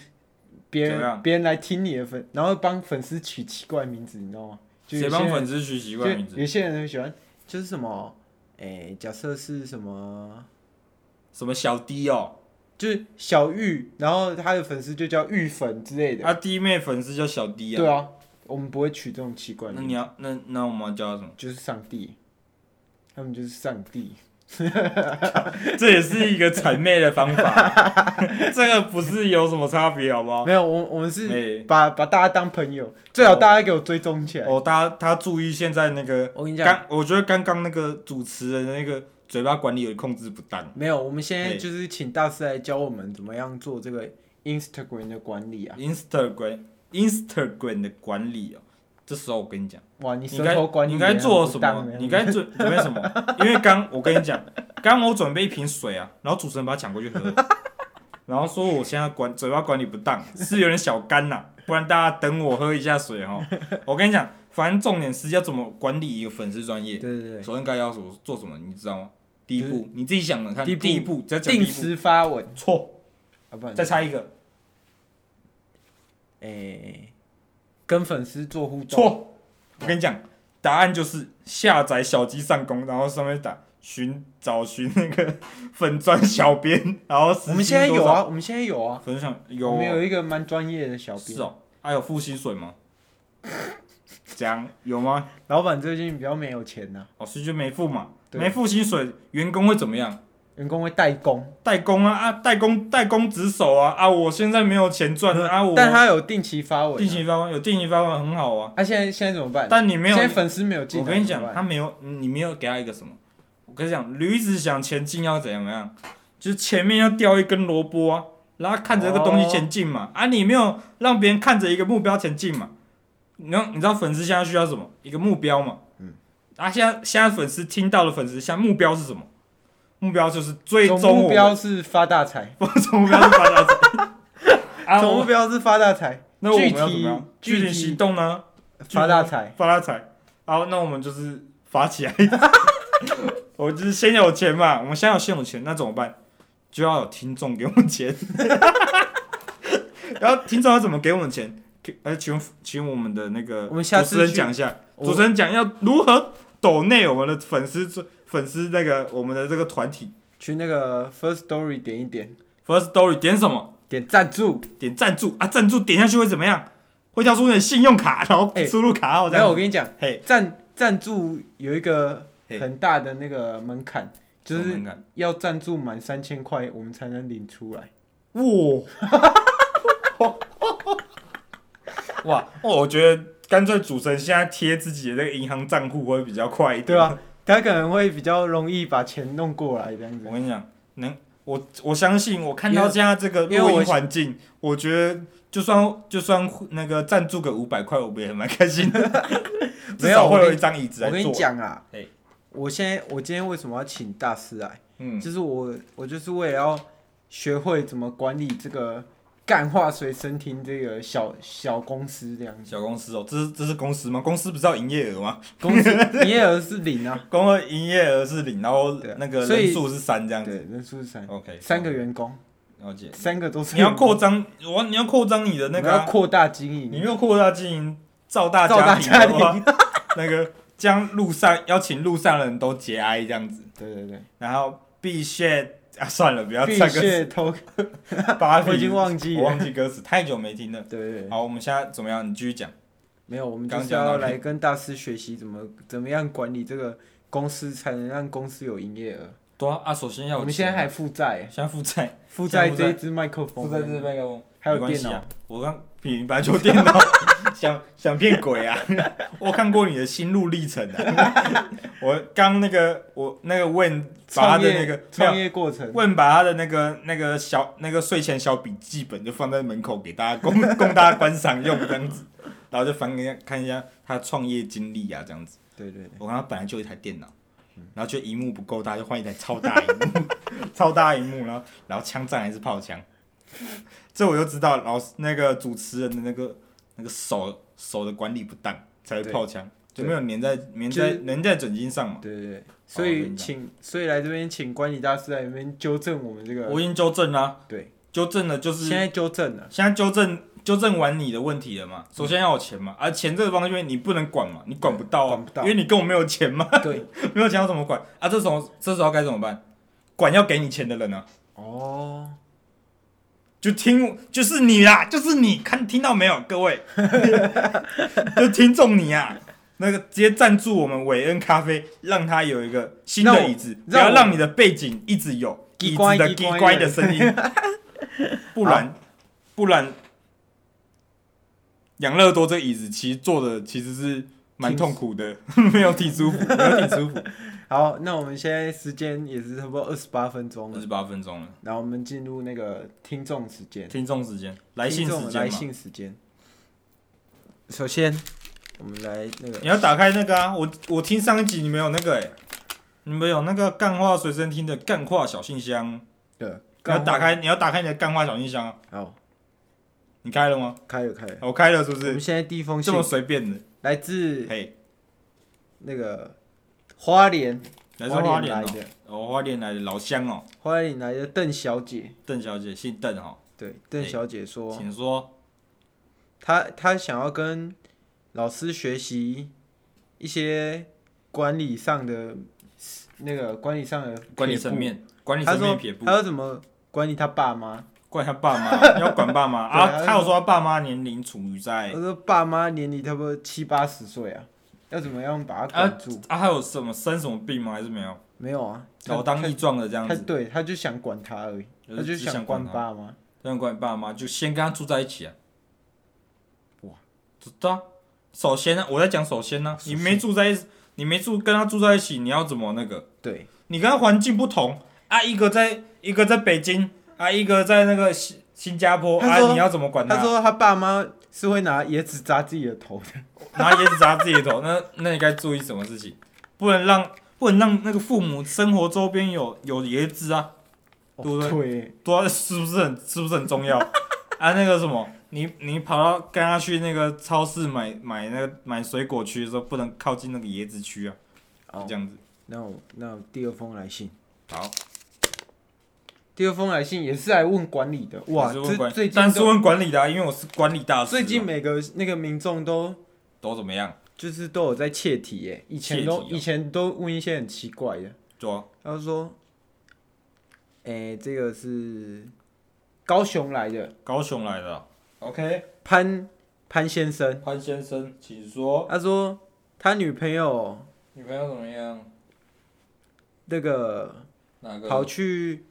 B: 别
A: 怎
B: 人
A: 样
B: 别人来听你的粉，然后帮粉丝取奇怪名字，你知道吗？就有
A: 谁
B: 些
A: 帮
B: 人
A: 粉丝取习惯名
B: 就
A: 字？
B: 有些人很喜欢，就是什么，哎、假设是什么，
A: 什么小 D 哦？
B: 就是小玉，然后他的粉丝就叫玉粉之类的，
A: 啊，弟妹粉丝叫小 D 啊。
B: 对啊，我们不会取这种奇怪
A: 那
B: 名字，
A: 你要那那我们要叫他什么？
B: 就是上帝，他们就是上帝。
A: 这也是一个谄媚的方法， 这个不是有什么差别，好不好？
B: 没有，我我们是
A: 哎
B: 把把大家当朋友，最好大家给我追踪起来。
A: 哦，大家他注意现在那个，
B: 我跟你讲，
A: 刚我觉得刚刚那个主持人的那个嘴巴管理有控制不当，
B: 没有，我们现在
A: 哎
B: 就是请大师来教我们怎么样做这个 Instagram 的管理啊！
A: Instagram Instagram 的管理哦。这时候我跟你讲，
B: 哇，你
A: 你
B: 舌
A: 该
B: 头管理
A: 你该做什
B: 很不当
A: 么？
B: 哎
A: 你该准准备什么？ 因为刚我跟你讲，刚我准备一瓶水啊，然后主持人把它抢过去 喝，然后说我现在管嘴巴管理不当，是有点小干呐、不然大家等我喝一下水 哈。我跟你讲，反正重点是要怎么管理一个粉丝专业
B: 对。对
A: 首先该要什么做什么，你知道吗？第一
B: 就
A: 步你自己想的，看
B: 第一步
A: 第一步，再
B: 对，
A: 讲第
B: 定
A: 一步，
B: 时发文
A: 错，
B: 啊，不然
A: 再猜一个，
B: 哎，跟粉丝做互动
A: 错，我跟你讲，答案就是下载小鸡上工，然后上面打寻找寻那个粉砖小编，然后时薪
B: 我们现在有
A: 多少，
B: 啊，我们现在有啊，
A: 粉砖有
B: 我们
A: 哦
B: 有一个蛮专业的小编
A: 是，哦，还有付薪水吗？讲有吗？
B: 老板最近比较没有钱呐，
A: 老师就没付嘛，
B: 对
A: 没付薪水，员工会怎么样？
B: 员工会代工，
A: 代工啊啊，代工代工值守啊啊！我现在没有钱赚啊，我
B: 嗯但他有定期发文啊，
A: 定期发文有定期发文很好啊，
B: 啊，现在现在怎么办？
A: 但你没有，
B: 现在粉丝没有进
A: 我
B: 来，
A: 跟你
B: 怎么
A: 讲，
B: 办
A: 他没有，你没有给他一个什么？我跟你讲，驴子想前进要怎样怎样，就是前面要掉一根萝卜啊，然后看着这个东西前进
B: 哦
A: 嘛、啊，你没有让别人看着一个目标前进嘛，你知道你知道粉丝现在需要什么？一个目标嘛，
B: 嗯，
A: 啊，现在现在粉丝听到了粉丝，现在目标是什么？目标就是追
B: 总
A: 踪
B: 目
A: 我
B: 标
A: 们，
B: 是发大财，
A: 总目标是发大财。 啊，
B: 总目
A: 我
B: 标是发大财，
A: 那我
B: 具
A: 们
B: 体
A: 要怎么样？
B: 具
A: 具体
B: 体
A: 行动呢？
B: 发大财。
A: 发大财。好，那我们就是发起来。 我们就是先有钱嘛，我们先有先有钱，那怎么办？就要有听众给我们钱。 然后听众要怎么给我们钱？给呃，请请我们的那个
B: 我们下
A: 主
B: 次
A: 持人
B: 去
A: 讲一下，
B: 我
A: 主持人讲要如何抖内我们的粉丝粉丝那个我们的这个团体
B: 去那个 First Story 点一点，
A: First Story 点什么？
B: 点赞助。
A: 点赞助啊，赞助点下去会怎么样？会跳出你的信用卡，然后
B: 哎
A: 输入卡号这
B: 然
A: 样子。
B: 后我跟你讲，
A: 嘿，
B: 赞赞助有一个
A: 嘿
B: 很大的那个门槛，就
A: 什么
B: 是
A: 门槛
B: 要赞助满三千块，我们才能领出来。
A: 哇，哇，哦我觉得干脆主持人现在贴自己的那个银行账户会比较快一点。
B: 对啊吧、他可能会比较容易把钱弄过来这样子
A: 我。跟你讲，能我我相信，我看
B: 因
A: 到
B: 为
A: 现在这个
B: 因为
A: 录
B: 我
A: 音环境，我觉得就算就算那个赞助个五百块，我们也蛮开心 的。至
B: 没有
A: 少
B: 我
A: 会
B: 跟
A: 有一张椅子来
B: 我跟你
A: 坐。
B: 讲啊
A: 嘿，
B: 我现在我今天为什么要请大师来？
A: 嗯，
B: 就是我我就是为了要学会怎么管理这个干化随身听这个小小公司这样子。
A: 小公司哦，这是这是公司吗？公司不是要营业额吗？
B: 公 司营业额是零啊，
A: 公司营业额是零，然后
B: 对啊
A: 那个
B: 所以
A: 人数是三这样子。
B: 对，人数是三，
A: OK，
B: 三个员工，
A: 了解。
B: 三个都是
A: 你要
B: 员工
A: 扩张，我你要扩张你的那个
B: 我
A: 啊、
B: 们要扩大经
A: 你
B: 营，
A: 没有扩大经营，造大
B: 造大
A: 家庭的
B: 家
A: 话，那个将路上邀请路上的人都节哀这样子，
B: 对对对，
A: 然后必血啊，算了，不要
B: 必
A: 唱歌
B: 须偷，
A: 词，八
B: 我已经忘记
A: 我
B: 了。
A: 忘记歌词，太久没听了。
B: 对对对，
A: 好，我们现在怎么样？你继续讲。
B: 没有，我们就
A: 刚
B: 是
A: 讲到
B: 要
A: 哪里
B: 来跟大师学习怎么怎么样管理这个公司，才能让公司有营业额。
A: 对啊，啊首先要有
B: 我们现在
A: 钱
B: 还负债，
A: 先负债，
B: 负债
A: 现在负债
B: 这一支麦克风，
A: 麦克风
B: 还有
A: 关
B: 电
A: 系
B: 脑
A: 啊。。我刚平白就电 脑，想想骗鬼啊！ 我看过你的心路历程啊。 我刚那个我那个问把他
B: 创
A: 的
B: 业
A: 那个没有
B: 创业过程，
A: 问把他的那个那个小那个睡前小笔记本就放在门口给大家供供大家观赏用这样子，然后就翻给看一下他创业经历啊这样子。
B: 对对对，
A: 我看他本来就有一台电脑，然后就荧幕不够大，就换一台超大荧幕， 超大荧幕，然后然后枪战还是炮枪，
B: 嗯
A: 这我就知道老师那个主持人的那个那个手手的管理不当才会
B: 对
A: 炮枪，就
B: 对
A: 没有粘在粘
B: 就
A: 在
B: 是
A: 粘在准心上嘛。哦
B: 对对对，所
A: 我跟
B: 以
A: 你讲
B: 请所以来这边请管理大师来这边纠正我们这个，
A: 我已经纠正啦、
B: 啊对，
A: 纠正了就是
B: 现在纠 正了，
A: 现在纠正纠正完你的问题了嘛？首先要有钱嘛，而、钱这个方面你不能管嘛，你管不到啊，
B: 管不到
A: 因为你根本没有钱嘛，
B: 对，
A: 没有钱要怎么管啊？这时候这时候该怎么办？管要给你钱的人呢、
B: 哦，
A: 就听就是你啦，就是你看听到没有，各位， 就听中你啊。那个直接赞助我们韦恩咖啡，让他有一个新
B: 让我
A: 的椅子，不
B: 让我
A: 要让你的背景一直有
B: 叽
A: 椅
B: 呱
A: 子的
B: 叽呱
A: 叽呱的声音， 不然不然养乐多这椅子其实坐的其实是蛮
B: 挺
A: 痛苦的， 没有挺舒服，没有挺舒服。
B: 好，那我们现在时间也是差不多二十八分钟
A: 二
B: 了，
A: 十八分钟了，
B: 然后我们进入那个听众时间，
A: 听众时间，来信
B: 听众
A: 时间
B: 来
A: 嘛。
B: 信时间，首先我们来那个
A: 你要打开那个啊，我我听上一集你们有那个哎、你们有那个干话随身听的干话小信箱，
B: 的，
A: 你要打开你要打开你的干话小信箱啊，
B: 好，
A: 你开了吗？
B: 开了开了，
A: 我开了是不
B: 我们
A: 是？
B: 现在第一封
A: 这
B: 信
A: 么随便的，
B: 来自
A: 嘿，
B: 那个花莲，
A: 来自花莲
B: 来
A: 哦，
B: 的，
A: 哦花莲来的老乡哦，
B: 花莲来的邓小姐，
A: 邓小姐姓邓哦，
B: 对，邓
A: 嘿
B: 小姐说，
A: 请说。
B: 她她想要跟老师学习一些管理上的那个管理上的
A: 管理
B: 撇步
A: 层，面，管理
B: 他
A: 层
B: 说
A: 面撇步
B: 他，说怎么管理他爸妈？
A: 管他爸 妈，要管爸妈
B: 对
A: 啊。
B: 他
A: 他有说他爸妈年龄处于
B: 他
A: 在
B: 说爸妈年龄差不多七八十岁啊，要怎么样把他
A: 啊
B: 管住？
A: 啊，他有什么生什么病吗？还是没有？
B: 没有啊，他
A: 老当益壮的这样
B: 他
A: 子，
B: 对他就想管他而已，
A: 就是
B: 他
A: 只
B: 就
A: 想
B: 管
A: 管
B: 爸妈。
A: 让管你爸妈就先跟他住在一起啊。
B: 哇，
A: 知道啊？首先呢、我在讲首先呢、你没住在一，你没住跟他住在一起，你要怎么那个？
B: 对，
A: 你跟他环境不同啊，一个在一个在北京啊，一个在那个新新加坡
B: 他
A: 啊，
B: 说
A: 你要怎么管
B: 他说他爸妈是会拿椰子扎自己的头的，
A: 拿椰子砸自己的头，那那你该注意什么事情？不能让不能让那个父母生活周边有有椰子啊，
B: 哦
A: 对不对
B: 对，
A: 对啊，是不是很是不是很重 要啊？那个什么，你你跑到跟他去那个超市买买那个买水果区的时候，不能靠近那个椰子区啊，就
B: 哦
A: 这样子。
B: 那我那我第二封来信，
A: 好，
B: 第二封来信也是来问管理的，哇，
A: 也是问
B: 这
A: 管
B: 最近
A: 但是
B: 都
A: 问管理的、啊，因为我是管理大师啊、
B: 最近每个那个民众都
A: 都怎么样？
B: 就是都有在切题耶，以前都
A: 切题哦
B: 以前都问一些很奇怪的，
A: 对啊，
B: 他就说，哎，这个是高雄来的
A: 高雄来的啊、OK，
B: 潘潘先生，
A: 潘先生，请说，
B: 他说他女朋友
A: 女朋友怎么样？
B: 那个
A: 哪个？
B: 跑去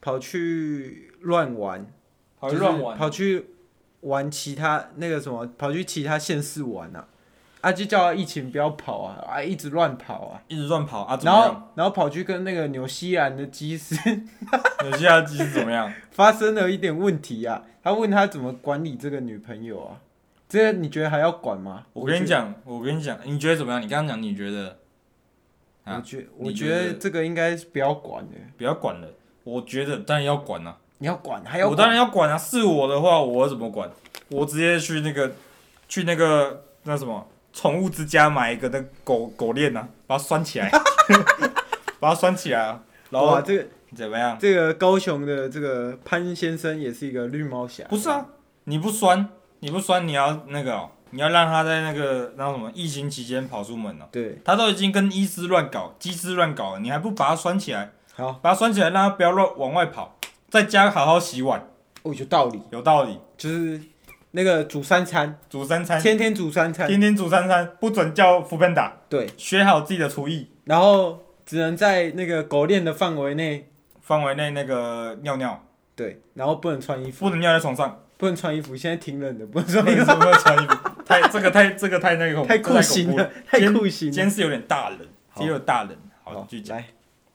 B: 跑去乱玩，
A: 跑
B: 就
A: 去
B: 是
A: 乱玩，
B: 跑去玩其他那个什么，跑去其他县市玩啊，啊就叫他疫情不要跑啊，啊一直乱跑啊，
A: 一直乱跑啊？怎
B: 然
A: 么样？
B: 后然后跑去跟那个纽西兰的机师
A: 纽西兰机是怎么样？
B: 发生了一点问题啊，他问他怎么管理这个女朋友啊，这个你觉得还要管吗？
A: 我跟你
B: 觉
A: 讲，我跟你讲，你觉得怎么样？你刚刚讲，你觉得
B: 我
A: 啊
B: 觉我
A: 你
B: 觉
A: 觉
B: 得
A: 得
B: 这个应该是不要管的，
A: 不要管了。我觉得当然要管啊了、
B: 你要管还要
A: 我当
B: 管，
A: 然要管啊！是我的话，我怎么管？我直接去那个，去那个那什么宠物之家买一个那个狗狗链呐、啊，把它拴起来， 把它拴起来啊。然
B: 哇
A: 后
B: 这个。
A: 怎么样？
B: 这个高雄的这个潘先生也是一个绿帽侠，
A: 不是啊，你不拴，你不拴，你要那个、哦，你要让它在那个那什么疫情期间跑出门哦。
B: 对，
A: 他都已经跟医师乱搞、机师乱搞了，你还不把它拴起来？
B: 好，
A: 把它拴起来，让它不要乱往外跑，在家好好洗碗，
B: 哦，有道理，
A: 有道理。
B: 就是那个煮三餐，
A: 煮三餐，
B: 天天煮三餐，
A: 天天煮三餐，不准叫福本打，
B: 对，
A: 学好自己的厨艺，
B: 然后只能在那个狗链的范围内，
A: 范围内那个尿尿，
B: 对，然后不能穿衣服，
A: 不能尿在床上，
B: 不能穿衣服，现在挺冷的，不能
A: 不
B: 穿衣
A: 能
B: 服，
A: 不能穿衣服， 太这个太这个太那个恐
B: 太
A: 这
B: 酷
A: 恐
B: 刑
A: 怖
B: 了， 太酷
A: 今
B: 刑了。
A: 天是有点大人，
B: 好
A: 今天有大人，好，
B: 好
A: 继续，讲。
B: 来，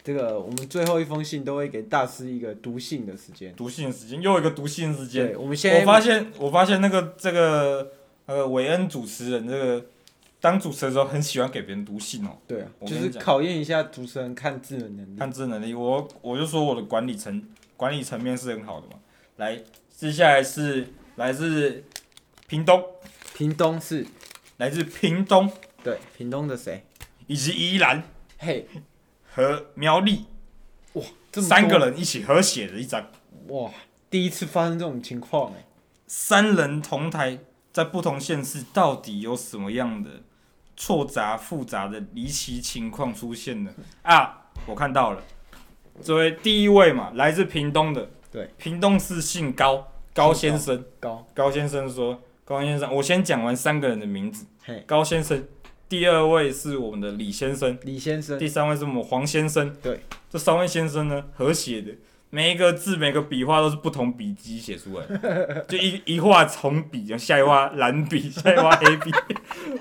B: 这个我们最后一封信都会给大师一个读信的时间，
A: 读信时间又有一个读信时间，
B: 对，我们
A: 我
B: 先
A: 发现我发现那个这个呃韦恩主持人这个当主持人的时候很喜欢给别人读信哦，
B: 对啊，
A: 我
B: 就
A: 跟你
B: 是
A: 讲
B: 考验一下主持人看字的能力。
A: 看这能力，我我就说我的管理层管理层面是很好的嘛。来，接下来是来自屏东，
B: 屏东是，
A: 来自屏东
B: 对，屏东的谁？
A: 以及宜兰
B: 嘿，
A: 和苗栗
B: 哇，这么
A: 三
B: 多
A: 个人一起合写的一张，
B: 哇，第一次发生这种情况哎、
A: 三人同台，在不同县市到底有什么样的错杂复杂的离奇情况出现呢？啊，我看到了，这位第一位嘛，来自屏东的，
B: 对，
A: 屏东市姓高高
B: 姓
A: 先
B: 高
A: 生。
B: 高
A: 高先生说：“高先生，我先讲完三个人的名字。
B: 嘿，
A: 高先生，第二位是我们的李先生，
B: 李先生
A: 第三位是我们黄先生。
B: 对，
A: 这三位先生呢，和写的，每一个字、每个笔画都是不同笔迹写出来的， 就一一画红笔，下一画蓝笔， 下一画黑笔。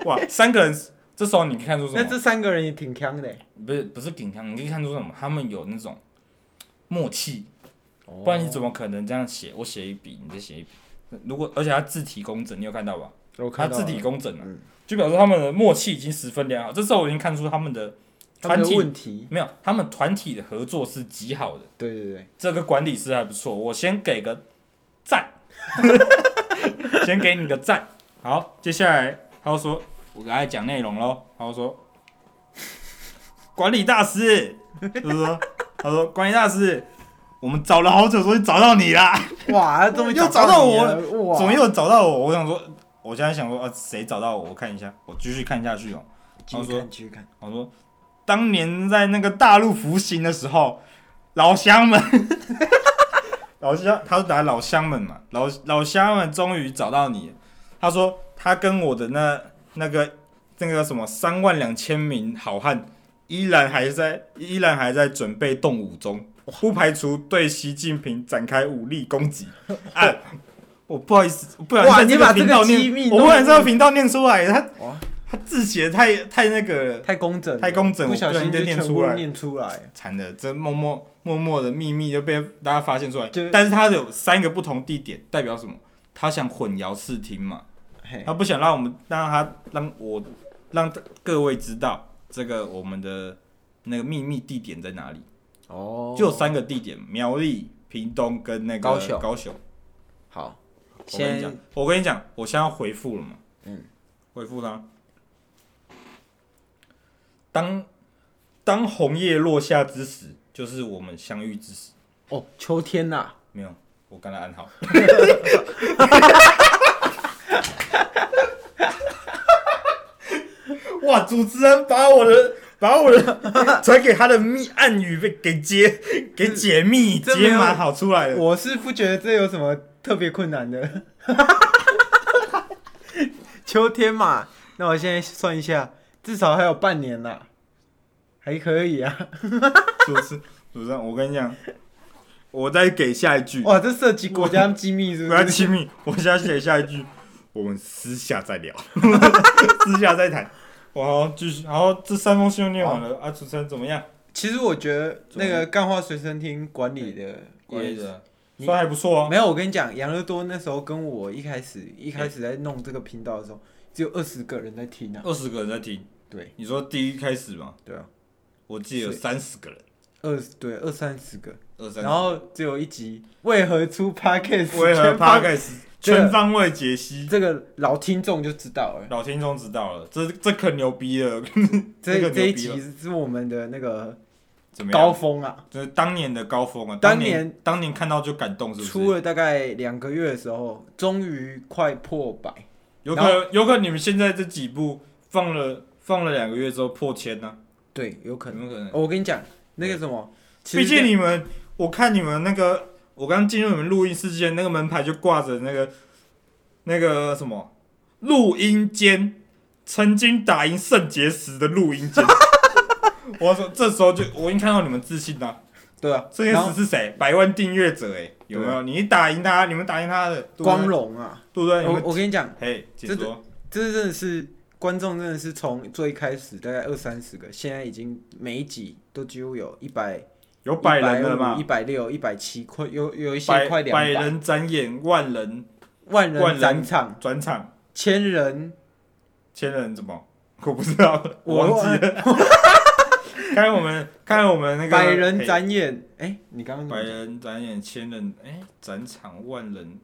A: 哇，三个人，这时候你可以看出什
B: 那
A: 么？
B: 这三个人也挺强的、欸，
A: 不是不是顶强，你可以看出什么？他们有那种默契，
B: 哦
A: 不然你怎么可能这样写？我写一笔，你再写一笔。如果而且他字体工整，你有看到吧？”
B: 我
A: 他
B: 看到
A: 字
B: 了
A: 体工整了、
B: 嗯
A: 就表示他们的默契已经十分良好。这时候我已经看出他们的
B: 他们
A: 团
B: 的
A: 体
B: 问题，
A: 没有，他们团体的合作是极好的，
B: 对对对，
A: 这个管理师还不错，我先给个赞， 先给你个赞。好，接下来他又说，我给他讲内容喽。他又说，管理大师，他说，他说管理大师，我们找了好久，终于找到你啦。
B: 哇，终于
A: 又找
B: 找
A: 到
B: 你
A: 我
B: 了，哇，
A: 怎么又找到我？我想说，我现在想说啊，谁找到我？我看一下，我继续看下去哦。
B: 继续看，继续看。
A: 我说，当年在那个大陆服刑的时候，老乡们， 老乡，他说打老乡们嘛，老老乡们终于找到你了。他说他跟我的那那个那个什么三万两千名好汉，依然还在依然还在准备动武中，不排除对习近平展开武力攻击。啊，我不好意思，我不
B: 哇
A: 然
B: 你把这
A: 频
B: 个
A: 道
B: 机密
A: 念，我
B: 弄
A: 不然
B: 进
A: 这个频道念出来，他
B: 哇
A: 他字写得太太那个了。
B: 太工整了，
A: 太工整
B: 不小
A: 我不小心
B: 心就
A: 就念
B: 全
A: 出
B: 部
A: 来
B: 念出来。
A: 惨的，这默默默默的秘密就被大家发现出来
B: 就。
A: 但是他有三个不同地点，代表什么？他想混淆视听嘛，
B: 嘿，
A: 他不想让我们让他让我让各位知道这个我们的那个秘密地点在哪里。
B: 哦，
A: 就有三个地点：苗栗、屏东跟那个
B: 高雄
A: 高雄。
B: 好，
A: 我跟你讲
B: 先，
A: 我跟你讲，我现在要回复了嘛。
B: 嗯，
A: 回复他。当当红叶落下之时，就是我们相遇之时。
B: 哦，秋天呐，
A: 没有，我刚才按 好。哇！主持人把我的把我 的传给他的密暗语被给揭给解密，
B: 这没
A: 解
B: 有
A: 码好出来了。
B: 我是不觉得这有什么特别困难的。 秋天嘛，那我现在算一下，至少还有半年啦，还可以啊。
A: 主持主持人，我跟你讲，我再给下一句，
B: 哇，这涉及国家机密是
A: 不
B: 不
A: 要
B: 是？
A: 亲密，嗯我现在写下一句，我们私下再聊，私下再谈。我好继续，然后这三封信都念完了啊，主持人怎么样？
B: 其实我觉得那个干话随身听管理的也
A: 哎的，
B: 你
A: 算还不错啊。
B: 没有，我跟你讲，养乐多那时候跟我一开
A: 哎
B: 始一开始在弄这个频道的时候，只有二十个人在听啊。
A: 二十个人在听，
B: 对
A: 你说第一开始嘛，
B: 对啊，
A: 我记得有三十个人，
B: 二十对二三十个，
A: 二三
B: 然。后只有一集为何出 podcast，
A: 为何
B: 全啊方
A: Podcast
B: 这个
A: 啊全方位解析？
B: 这个老听众就知道了。
A: 老听众知道了，这这可牛逼了，这
B: 这
A: 个
B: 这一
A: 牛逼了
B: 集，是我们的那个
A: 怎么
B: 高
A: 样？
B: 峰啊，
A: 这是当年的高峰啊！
B: 当
A: 当
B: 年
A: 年当年看到就感动，是不是？
B: 出了大概两个月的时候，终于快破百。
A: 有
B: 然
A: 可能有可能你们现在这几部放了放了两个月之后破千呢、
B: 对，有可
A: 可
B: 能。
A: 能可能。
B: 哦我跟你讲，那个什么，其
A: 嗯
B: 实
A: 毕竟你们，我看你们那个，我刚进入你们录音室之前，那个门牌就挂着那个那个什么录音间，曾经打赢肾结石的录音间。 我说这时候就我已经看到你们自信啦、
B: 对啊，
A: 这
B: 然
A: 件
B: 后
A: 事是谁？百万订阅者哎、有没有？你一打赢他，你们打赢他的，对不对
B: 光荣啊！
A: 对不对？你
B: 我
A: 们
B: 我跟你讲，
A: 嘿，解
B: 这个
A: 说
B: 这真的是观众真的是从最开始大概二三十个，现在已经每一集都几乎有一百、
A: 有百人了
B: 一
A: 嘛？
B: 百六、一百七，快有有一些
A: 百
B: 快两
A: 百人展演，万人
B: 万
A: 万
B: 人
A: 人
B: 展场，
A: 转场，
B: 千人
A: 千人怎么？我不知道，
B: 我
A: 忘记了。 看我们，看我们那个
B: 百人
A: 嘿
B: 展演，哎、你刚刚怎
A: 百
B: 么讲
A: 人展演，千人哎、展场万人，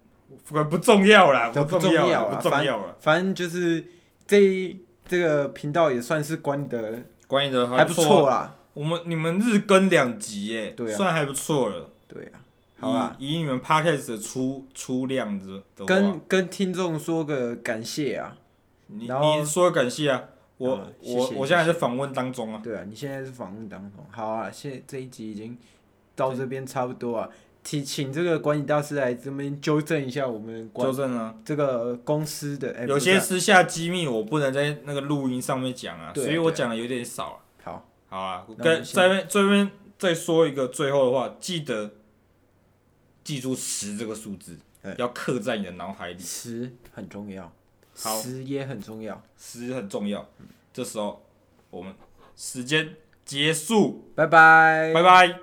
A: 不不重要啦，
B: 这不
A: 重要
B: 重要啦
A: 啦，不重要了。
B: 反正就是这一这个频道也算是关的
A: 关于的
B: 还不错
A: 啊，
B: 啦，
A: 我们你们日更两集耶、
B: 对啊
A: 算还不错了。
B: 对啊，好啦，
A: 以以你们 podcast 的出出量的的话
B: 跟跟听众说个感谢啊，
A: 你
B: 然后
A: 你说感谢啊，我、
B: 嗯谢谢
A: 我
B: 谢谢
A: 我现在还在访问当中啊，
B: 对啊，你现在是访问当中，好啊，现这一集已经到这边差不多
A: 嗯
B: 啊，提请这个管理大师来这边纠正一下我们
A: 纠
B: 管
A: 正啊。
B: 这个公司的，哎
A: 有
B: 不是
A: 些
B: 啊
A: 私下机密我不能在那个录音上面讲啊，
B: 对啊
A: 所以我讲的有点少啊。
B: 好，
A: 好啊，
B: 那我
A: 跟
B: 们先
A: 这边这边再说一个最后的话，记得记住十这个数字
B: 对，
A: 要刻在你的脑海里，
B: 十很重要，
A: 好
B: 十也很重要，
A: 十很重要。
B: 嗯
A: 这时候我们时间结束，
B: 拜拜，
A: 拜拜。